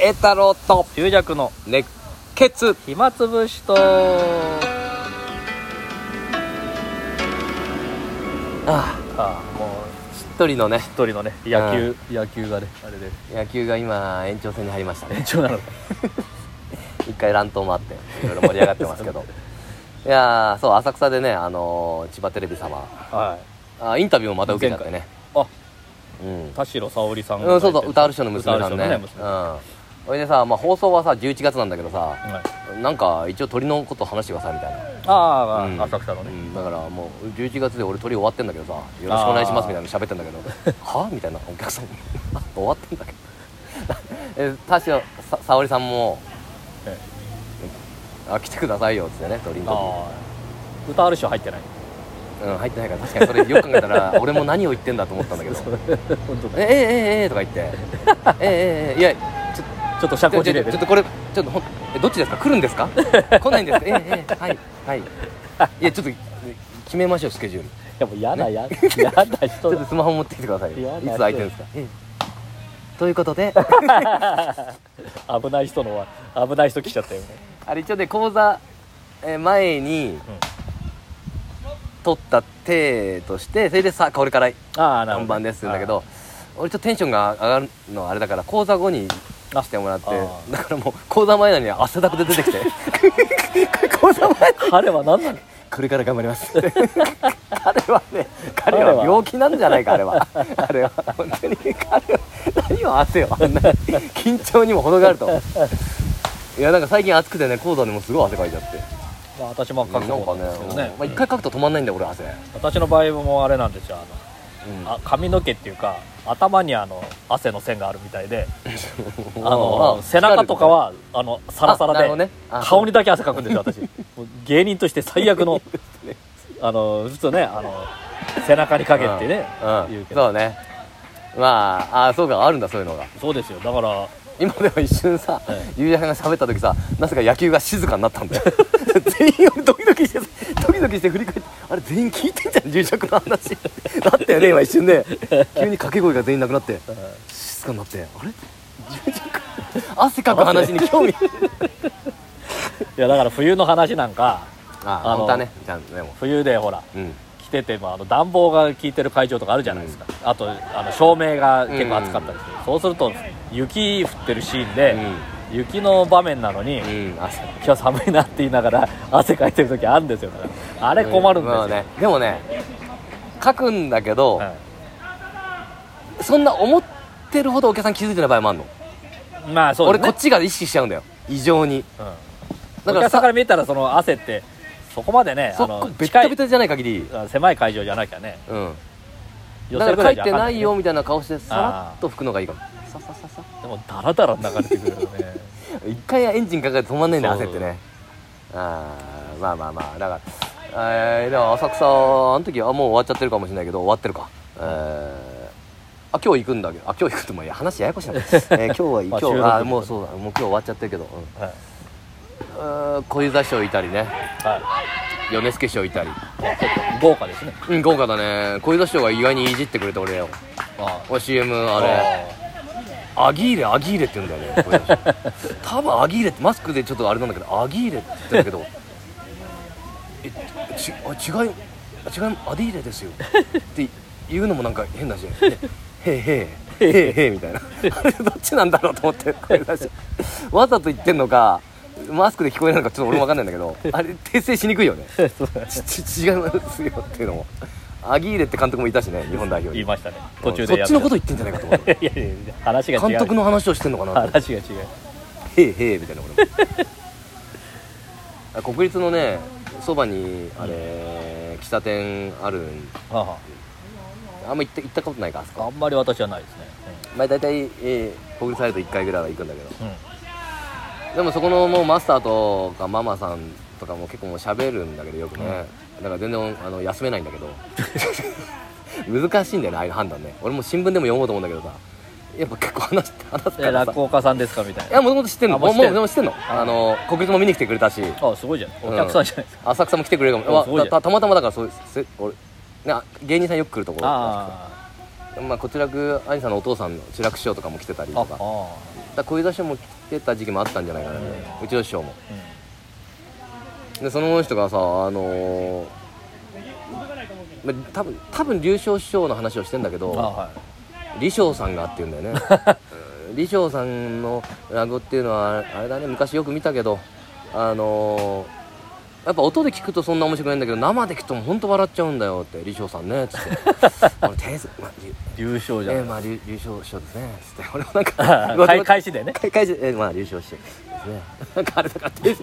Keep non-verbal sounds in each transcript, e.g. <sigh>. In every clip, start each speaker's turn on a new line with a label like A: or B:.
A: 栄太郎と
B: 龍弱の
A: 熱血
B: 暇つぶしと
A: あ
B: ああも
A: あしっとりのね
B: う一人のね野球野球がねあれで
A: 野球が今延長戦に入りましたね
B: 延長なの
A: 一回乱闘もあっていろいろ盛り上がってます <laughs> けどいやーそう浅草でね、あのー千葉テレビ様
B: はい
A: あインタビューもまた受けちゃってね
B: あ
A: うん、
B: 田代沙織さんが
A: う
B: 書
A: ん、
B: いて
A: そ
B: る
A: うそう歌ある人の娘さんね
B: 歌ある人の娘
A: うんそれでさ、まあ、放送はさ11月なんだけどさ
B: はい
A: なんか一応鳥のこと話してくださいみたいな
B: あ
A: うん
B: あ浅草の
A: う
B: ね
A: んだからもう11月で俺鳥終わってんだけどさよろしくお願いしますみたいなの喋ってんだけど <laughs> はみたいなお客さん <laughs> 終わってんだけど <laughs> え田代さ沙織さんも
B: え
A: あ来てくださいよっつってね鳥の時
B: ああ歌ある人入ってない
A: うん、入ってないから確かにそれよく考えたら <laughs> 俺も何を言ってんだと思ったん <laughs> だけど「
B: 本当
A: え
B: だ
A: えええええとか言って <laughs> 「ええええええいやちょ
B: ちょっと社
A: ちょ
B: 交
A: ち
B: 辞
A: ょ
B: 令
A: ち
B: で
A: ょっとこれちょっとほんえどっちですか来るんですか来ないんですかええええはいはいいやちょっと決めましょうスケジュール
B: でも嫌なや嫌な
A: ちょ
B: 人
A: っ
B: だ
A: とスマホ持ってきてください
B: いや
A: よい
B: 大丈夫
A: つ空いてるんですかええということで
B: 危ない人のわ危ない人来ちゃったよね
A: <laughs> あれ一応ね講座えー前に取った手としてそれでさあこれから
B: ああなる
A: 本
B: ほど
A: 番ですんだけど俺ちょっとテンションが上がるのはあれだから講座後にしてもらって
B: あー
A: だからもう講座前なのに汗だくで出てきて講座前
B: ああ彼は何なの
A: これから頑張ります <laughs> って彼はね彼
B: 彼
A: は
B: は
A: 病気なんじゃないかあれはあれは本当に彼は何を汗をあんな緊張にも程があるといやなんか最近暑くてね講座でもすごい汗かいちゃって
B: まあ私も書
A: なん
B: く
A: かね
B: 方なんですけどね
A: まあ、一回かくと止まんないんだよ俺汗、
B: 私の場合もあれなんですよあの
A: うん
B: あ髪の毛っていうか頭にあの汗の線があるみたいであの
A: あ
B: 背中とかはあのサラサ
A: あな
B: ラ
A: るほ
B: で、
A: どねあ
B: 顔にだけ汗かくんですよ
A: <laughs>
B: 私もう芸人として最悪のあのずっとねあの背中にかけってね、
A: うん
B: 言うけど
A: そうねまああそうかあるんだそういうのが
B: そうですよだから
A: 今でも一瞬さ、
B: え
A: ゆうやさんが喋った時さなぜか野球が静かになったんだよ <laughs> 全員俺ドキドキしてさドキドキして振り返ってあれ全員聞いてんじゃん住職の話だったよね今一瞬ね急に掛け声が全員なくなって静かになってあれ住職汗かく話に興味
B: いやだから冬の話なんか
A: あ
B: あの
A: 本当はねじゃあでも
B: 冬でほら
A: うん
B: 着ててもあの暖房が効いてる会場とかあるじゃないですか、あとあの照明が結構暑かったりする、そうすると雪降ってるシーンで、雪の場面なのに、
A: うん汗
B: 今日寒いなって言いながら <laughs> 汗かいてる時あるんですよだからあれ困るんですよ、
A: まあねでもね書くんだけど、
B: は
A: そんな思ってるほどお客さん気づいてない場合もあるの、
B: いまあそう
A: 俺
B: です、
A: こ
B: ね、
A: っちが意識しちゃうんだよ異常に
B: うん、
A: だ
B: お
A: から
B: 客さん
A: さ
B: から見たらその汗ってそこまでね
A: そ
B: あ
A: こ
B: の
A: ベッタベ
B: 近い
A: タじゃない限り
B: あ狭い会場じゃなきゃね
A: うん
B: 寄
A: だ
B: せ
A: か
B: るぐら
A: ら書
B: い
A: い
B: じゃ
A: て
B: わか
A: なんいよみたいな顔してさらっと拭くのがいいかもささささ
B: でもダラダラ流れてくるよ
A: <laughs>
B: ね
A: 一回エンジンかかって止まんないんだよ
B: そう
A: 焦ってねああまあまあまあだからえー、でも浅草あの時はもう終わっちゃってるかもしれないけど終わってるかえーあ今日行くんだけどあ今日行くってもういや話ややこしいな、え
B: <laughs>
A: ー、今日は今
B: まあ
A: 日
B: 収録
A: あーもうそうだもう今日終わっちゃってるけど、うん
B: はい、
A: うーん、小遊三師匠いたりね
B: は
A: 米助師匠いたり
B: い、結構豪華ですね
A: うん豪華だね小遊三師匠が意外にいじってくれて俺を
B: あ
A: 俺 CM あれアギーレアギーレって言うんだよね小遊三師匠多分アギーレってマスクでちょっとあれなんだけどアギーレって言ってんだけどえちあ違いあ違いアディーレですよって言うのもなんか変だし、ね、へーへーへーへーみたいな <laughs> あれどっちなんだろうと思って小遊三師匠わざと言ってんのかマスクで聞こえないのかちょっと俺も分かんないんだけどあれ訂正しにくいよね
B: あ <laughs> そう
A: ちち違いますよっていうのもアギーレって監督もいたしね日本代表
B: 言い
A: に
B: ましたね途中で
A: そっちのこと
B: と
A: 言ってんじゃないかと思って
B: いやいやいや話が違う
A: 監督の話をしてんのかなと思って
B: 話が違う
A: へえへえみたいな俺もあ国立のねそばにあれ喫茶店あるん
B: は
A: あんま行った行ったことないかあそ
B: あ、あ
A: こ
B: んまり私はないですね、
A: まあ大体、えー国立入ると1回ぐらいは行くんだけど
B: うんうん
A: でもそこのもうマスターとかママさんとかも結構もう喋るんだけどよくね、だから全然あの休めないんだけど <laughs> 難しいんだよねああいう判断ね俺も新聞でも読もうと思うんだけどさやっぱ結構話して話すか
B: え
A: らさ
B: 落語家さんですかみたい
A: い
B: な
A: やもともと知ってんの
B: あもう知
A: もう
B: ってんの
A: もう知ってんのあの国立も見に来てくれたし
B: あすごいじゃんお客さんじゃないですか、
A: 浅草も来てくれるか
B: お
A: もわ
B: すごいじゃん
A: たたたまたまだからそうせ俺ね芸人さんよく来るところ
B: ああ
A: まあ、こちらく兄さんのお父さんの志らく師匠とかも来てたりとかだか
B: あ
A: ら小遊三師匠も来てた時期もあったんじゃないかなうちの師匠もでその人がさあのーまあ多分多分龍翔師匠の話をしてんだけ
B: あ
A: ど
B: は
A: 李翔さんがって言うんだよねうん李翔さんの落語っていうのはあれだね昔よく見たけどあのーやっぱ音で聞くとそんな面白くないんだけど生で聞くと本当笑っちゃうんだよって李翔さんねっつって俺手すまあり
B: い優勝じゃ
A: え
B: な
A: え
B: い、
A: まあ優勝賞ですねつって俺もなん <laughs>
B: あ
A: か
B: 開開始でね
A: 開会時ええまあ優勝してですね <laughs> なんかあれだから手い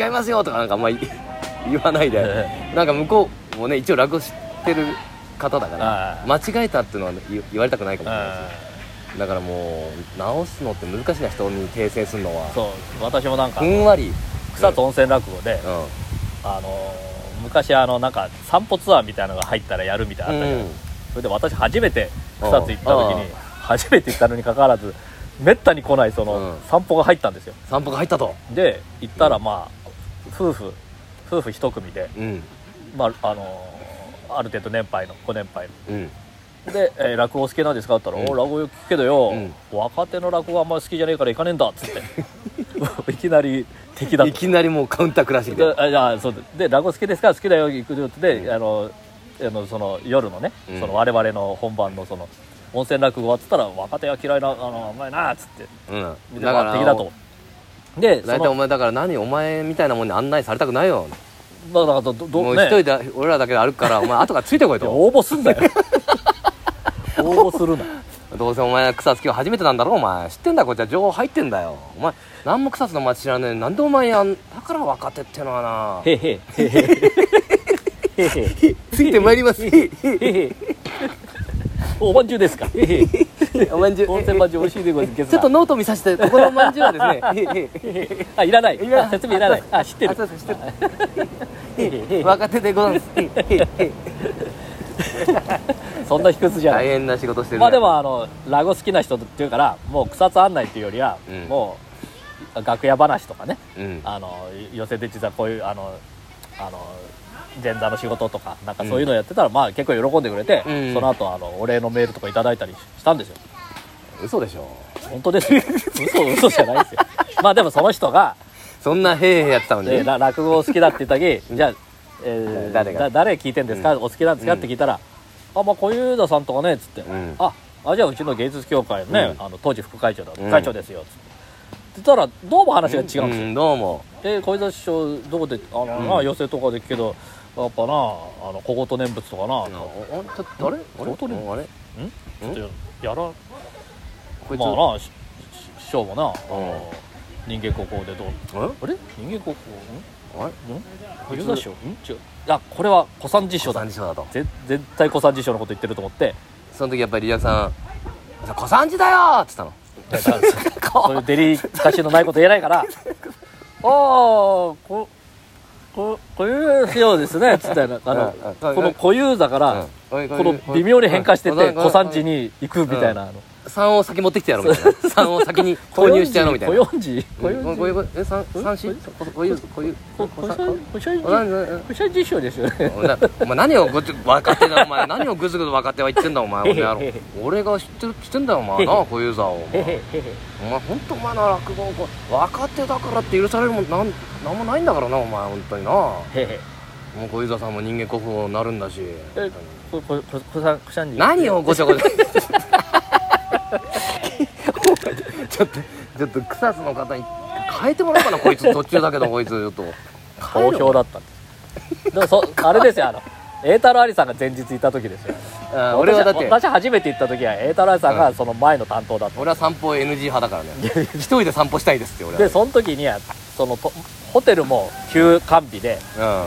A: や違いますよとかなんかあんまり <laughs> 言わないで
B: え
A: なんか向こうもね一応落語してる方だか
B: あ
A: ら
B: あ
A: 間違えたっていうのはね言言われたくないかもしれない
B: あ
A: だからもう直すのって難しいな人に訂正するのは
B: そう私もなんか
A: ふんわり
B: 草津温泉落語で、
A: うん
B: あのー昔あのなんか散歩ツアーみたいなのが入ったらやるみたいなのあったじゃないですか、それで私初めて草津行った時
A: う
B: に
A: ん
B: 初めて行ったのにかかわらずめったに来ないその
A: うん
B: 散歩が入ったんですよ
A: 散歩が入ったと
B: で行ったらまあ夫婦夫婦一組で、
A: うん
B: まああのーある程度年配のご年配
A: うん
B: ので、えー落語好きなんですか?」って言ったら「
A: うん
B: お落語よく聞くけどよ、
A: うん
B: 若手の落語あんまり好きじゃねえから行かねえんだ」っつ
A: <laughs>
B: っていきなり敵だと
A: いきなりもうカウンタークラシック
B: で
A: で
B: あいやそうででラゴ好きですか好きだよ行くよってで、あのあのその夜のね、
A: うん
B: その我々の本番のその温泉落語はっつったら若手は嫌いなあのうまいなっつって
A: うん
B: でまあ敵だとでそ
A: 大体お
B: の
A: 前だから何お前みたいなもんに案内されたくないよ
B: だからどど
A: もう
B: ね
A: 一人で俺らだけで歩くからお前後がついてこい
B: いや
A: と
B: 応募すんだよ応募するな
A: どうせお前草津今日初めてなんだろお前知ってんだこっちは情報入ってんだよお前何も草津の街知らねえのになんでお前やんだから若手ってのはな
B: へへへへへへ
A: ついてまいります
B: へへおまんじゅうですかへへ
A: おまんじゅう
B: 温泉まんじゅう美味しいでございます
A: ちょっとノート見させてここのおまんじゅう
B: <laughs>
A: はですね
B: あいらない
A: いらない
B: あ説明いらないあ知って
A: あ
B: る
A: そうです知って
B: へへ
A: る
B: へ
A: 若手でございます
B: そんな卑屈じゃない
A: 大変な仕事してるね
B: まあでもあのラゴ好きな人っていうからもう草津案内っていうよりは、
A: うん
B: もう楽屋話とかね
A: うん
B: あの寄せて実はこういうあのあの前座の仕事とかなんかそういうのやってたら、まあ結構喜んでくれて、
A: うん
B: その後あのお礼のメールとかいただいたりした
A: <laughs>
B: んですよ
A: 嘘でしょ
B: 本当ですよ嘘嘘じゃないです
A: <laughs>
B: よまあでもその人が、
A: そんなへーへーやってたのに
B: えーら落語好きだって言った時じゃあ、えー
A: 誰が
B: だ誰聞いてんですか、お好きなんですか、って聞いたら「あまあ小遊三さんとかね」っつって、
A: うん
B: ああじゃあうちの芸術協会のね、
A: うん
B: あの当時副会長だ、
A: うん
B: 会長ですよ」っつって。って言ったらどうも話が違うんですよ、
A: うんどうも
B: え小枝師匠どこであの、な寄席とかで聞くけどやっぱなあの小言念仏とかな、
A: あ
B: ちょ
A: ちょっとあれあれ
B: 本当に
A: あれ
B: っとやらま
A: こいつ
B: あなしし師匠もな、あの人間国宝でどう
A: あ
B: あれ人間国宝
A: れあれ
B: んん
A: こ
B: 小
A: いつ
B: 枝師匠ん違うあこれは小三治師匠だ
A: 三師匠だと
B: ぜ絶対小三治師匠のこと言ってると思って
A: その時やっぱりリアクさん「小三治だよ!」っつったの
B: だ <laughs> からそういうデリカシーのないこと言えないから「あ <laughs> あここ小遊三師匠ですね」つったよなあの
A: うんうん
B: この小遊三から、この微妙に変化してて小三治に行くみたいなあの
A: 3を先持ってきてやろうみたいな3を先に投入してやろうみたいな
B: 小四治小四治
A: え三三子こういうこういう
B: 小小三小三治小三治師匠ですよね
A: お前何をごつ若手だお前何をグズグズ若手は言ってんだお
B: <laughs>
A: 前俺やろ俺が知ってる知ってんだよお前な小遊三を
B: へへへへ
A: お前本当お前の落語若手だからって許されるもんなんなんもないんだからなお前本当になも
B: へへ
A: う小遊三さんも人間国宝になるんだし
B: えこここ小三小三治
A: 何をごちゃご
B: <laughs>
A: ちゃちょっとちょっと草津の方に変えてもらおうかなこいつ途中
B: <laughs>
A: だけどこいつちょっと
B: 好評だったんですでもそあれですよあの栄太郎ありさんが前日行った時ですよ
A: あ俺はだって
B: 私私初めて行った時は栄太郎ありさんがその前の担当だった
A: 俺は散歩 NG 派だからね一人で散歩したいですって俺
B: でその時にはそのとホテルも休館日で
A: は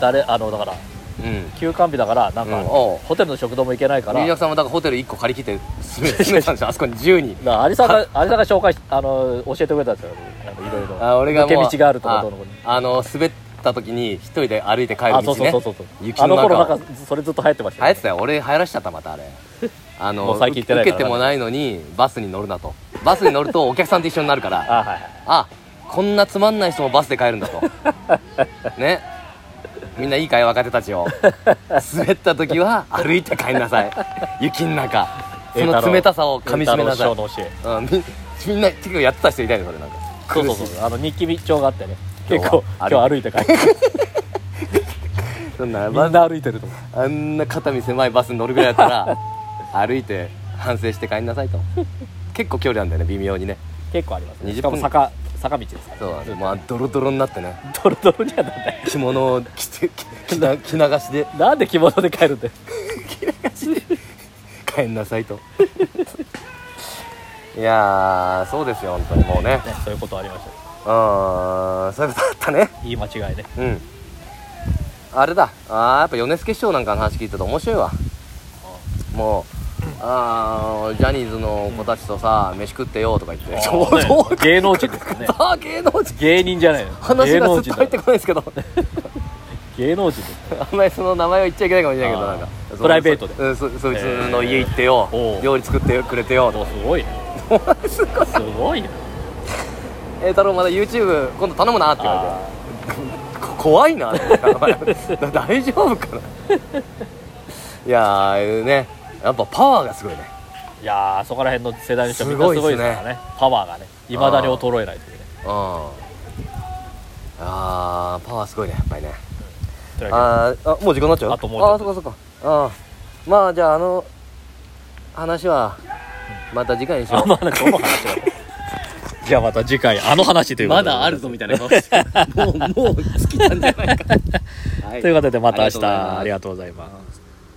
B: 誰あのだから
A: うんうん
B: 休館日だからなんか、
A: うん
B: ホテルの食堂も行けないからだ
A: 龍役
B: か
A: さんもだからホテル1個借り切って住め住めたん
B: <laughs>
A: ですよあそこに自由に
B: ら有沙が有沙が紹介しあの教えてくれたんですよなんかいろいろ
A: あ俺がもう
B: 抜け道があるとこどうのこうの
A: ああの滑った時に一人で歩いて帰る
B: あそう
A: 道
B: そう
A: ね
B: そうそうそう
A: 雪
B: あ
A: の
B: の
A: 中を
B: 頃なんかそれずっと流行ってましたよ
A: 流行ってたよ俺流行らしちゃったまたあ
B: <laughs>
A: れあの
B: もう最近行ってないから
A: 受けてもないのにバスに乗るなとバスに乗るとお客さんと一緒になる
B: <laughs>
A: からあ
B: あはいはい <laughs>
A: こんなつまんない人もバスで帰るんだとねみんないいかい若手たちを滑った時は歩いて帰んなさい雪の中その冷たさをかみしめなさ
B: 栄
A: い、
B: 太郎師匠の教
A: うん、みみんな結構やってた人いたよねそれなんか
B: えそうそうそうあの日記帳があってね
A: 今日
B: 結構
A: は
B: 今日歩いて帰って
A: <laughs> そんな
B: みんな歩いてると思う
A: あんな肩身狭いバスに乗るぐらいだったら歩いて反省して帰んなさいと結構距離なんだよね微妙にね
B: 結構ありますね
A: 20
B: しかも坂坂道ですから
A: そうなんですまあドロドロになってね
B: ドロドロにはなんだよ
A: 着物を着て着着な着流しで
B: なんで着物で帰るんだよ
A: 帰んなさいと <laughs> いやーそうですよ本当にもうね
B: ねそういうことありまし
A: うーんそういうことあったね
B: たいい間違いね
A: うんあれだあーやっぱ米助師匠なんかの話聞いてると面白いわもうあージャニーズの子たちとさ飯食ってよとか言って <laughs> ちょう
B: ね
A: ど
B: 芸能人ですよね
A: さあ芸能人
B: 芸人じゃないの
A: 話
B: 芸
A: が
B: 能
A: ずっ
B: 人だ
A: と入ってこないですけど
B: 芸能人です
A: あんまりその名前は言っちゃいけないかもしれないけど
B: あー
A: なんかそ
B: プライベートで
A: うんそそいつの家行ってよ、
B: えーおう
A: 料理作ってくれてよ
B: おすごいねすごいね
A: えー太郎まだ YouTube 今度頼むなって言わ
B: あ
A: れてこ怖いなって <laughs> 大丈夫かないやーねやっぱパワーがすごいね
B: ーいやーそこら辺の世代の人みん
A: す
B: な
A: ごい
B: す
A: っす
B: ご
A: ね
B: いですからねパワーがねいまだに衰えないというね
A: うんあーパワーすごいねやっぱりね
B: というわ
A: あーあもう時間になっちゃう
B: あともう
A: あー
B: ち
A: そ
B: ょ
A: っかそっかあーまあじゃああの話はまた次回にし
B: けで
A: よ
B: あの話ど <laughs> の話だよじゃあまた次回あの話といううことで
A: ぞみたいな顔してもうもう尽きたんじゃないか
B: <laughs> ということでまた明
A: ありがとうございま
B: 日あ
A: す
B: りがとうございます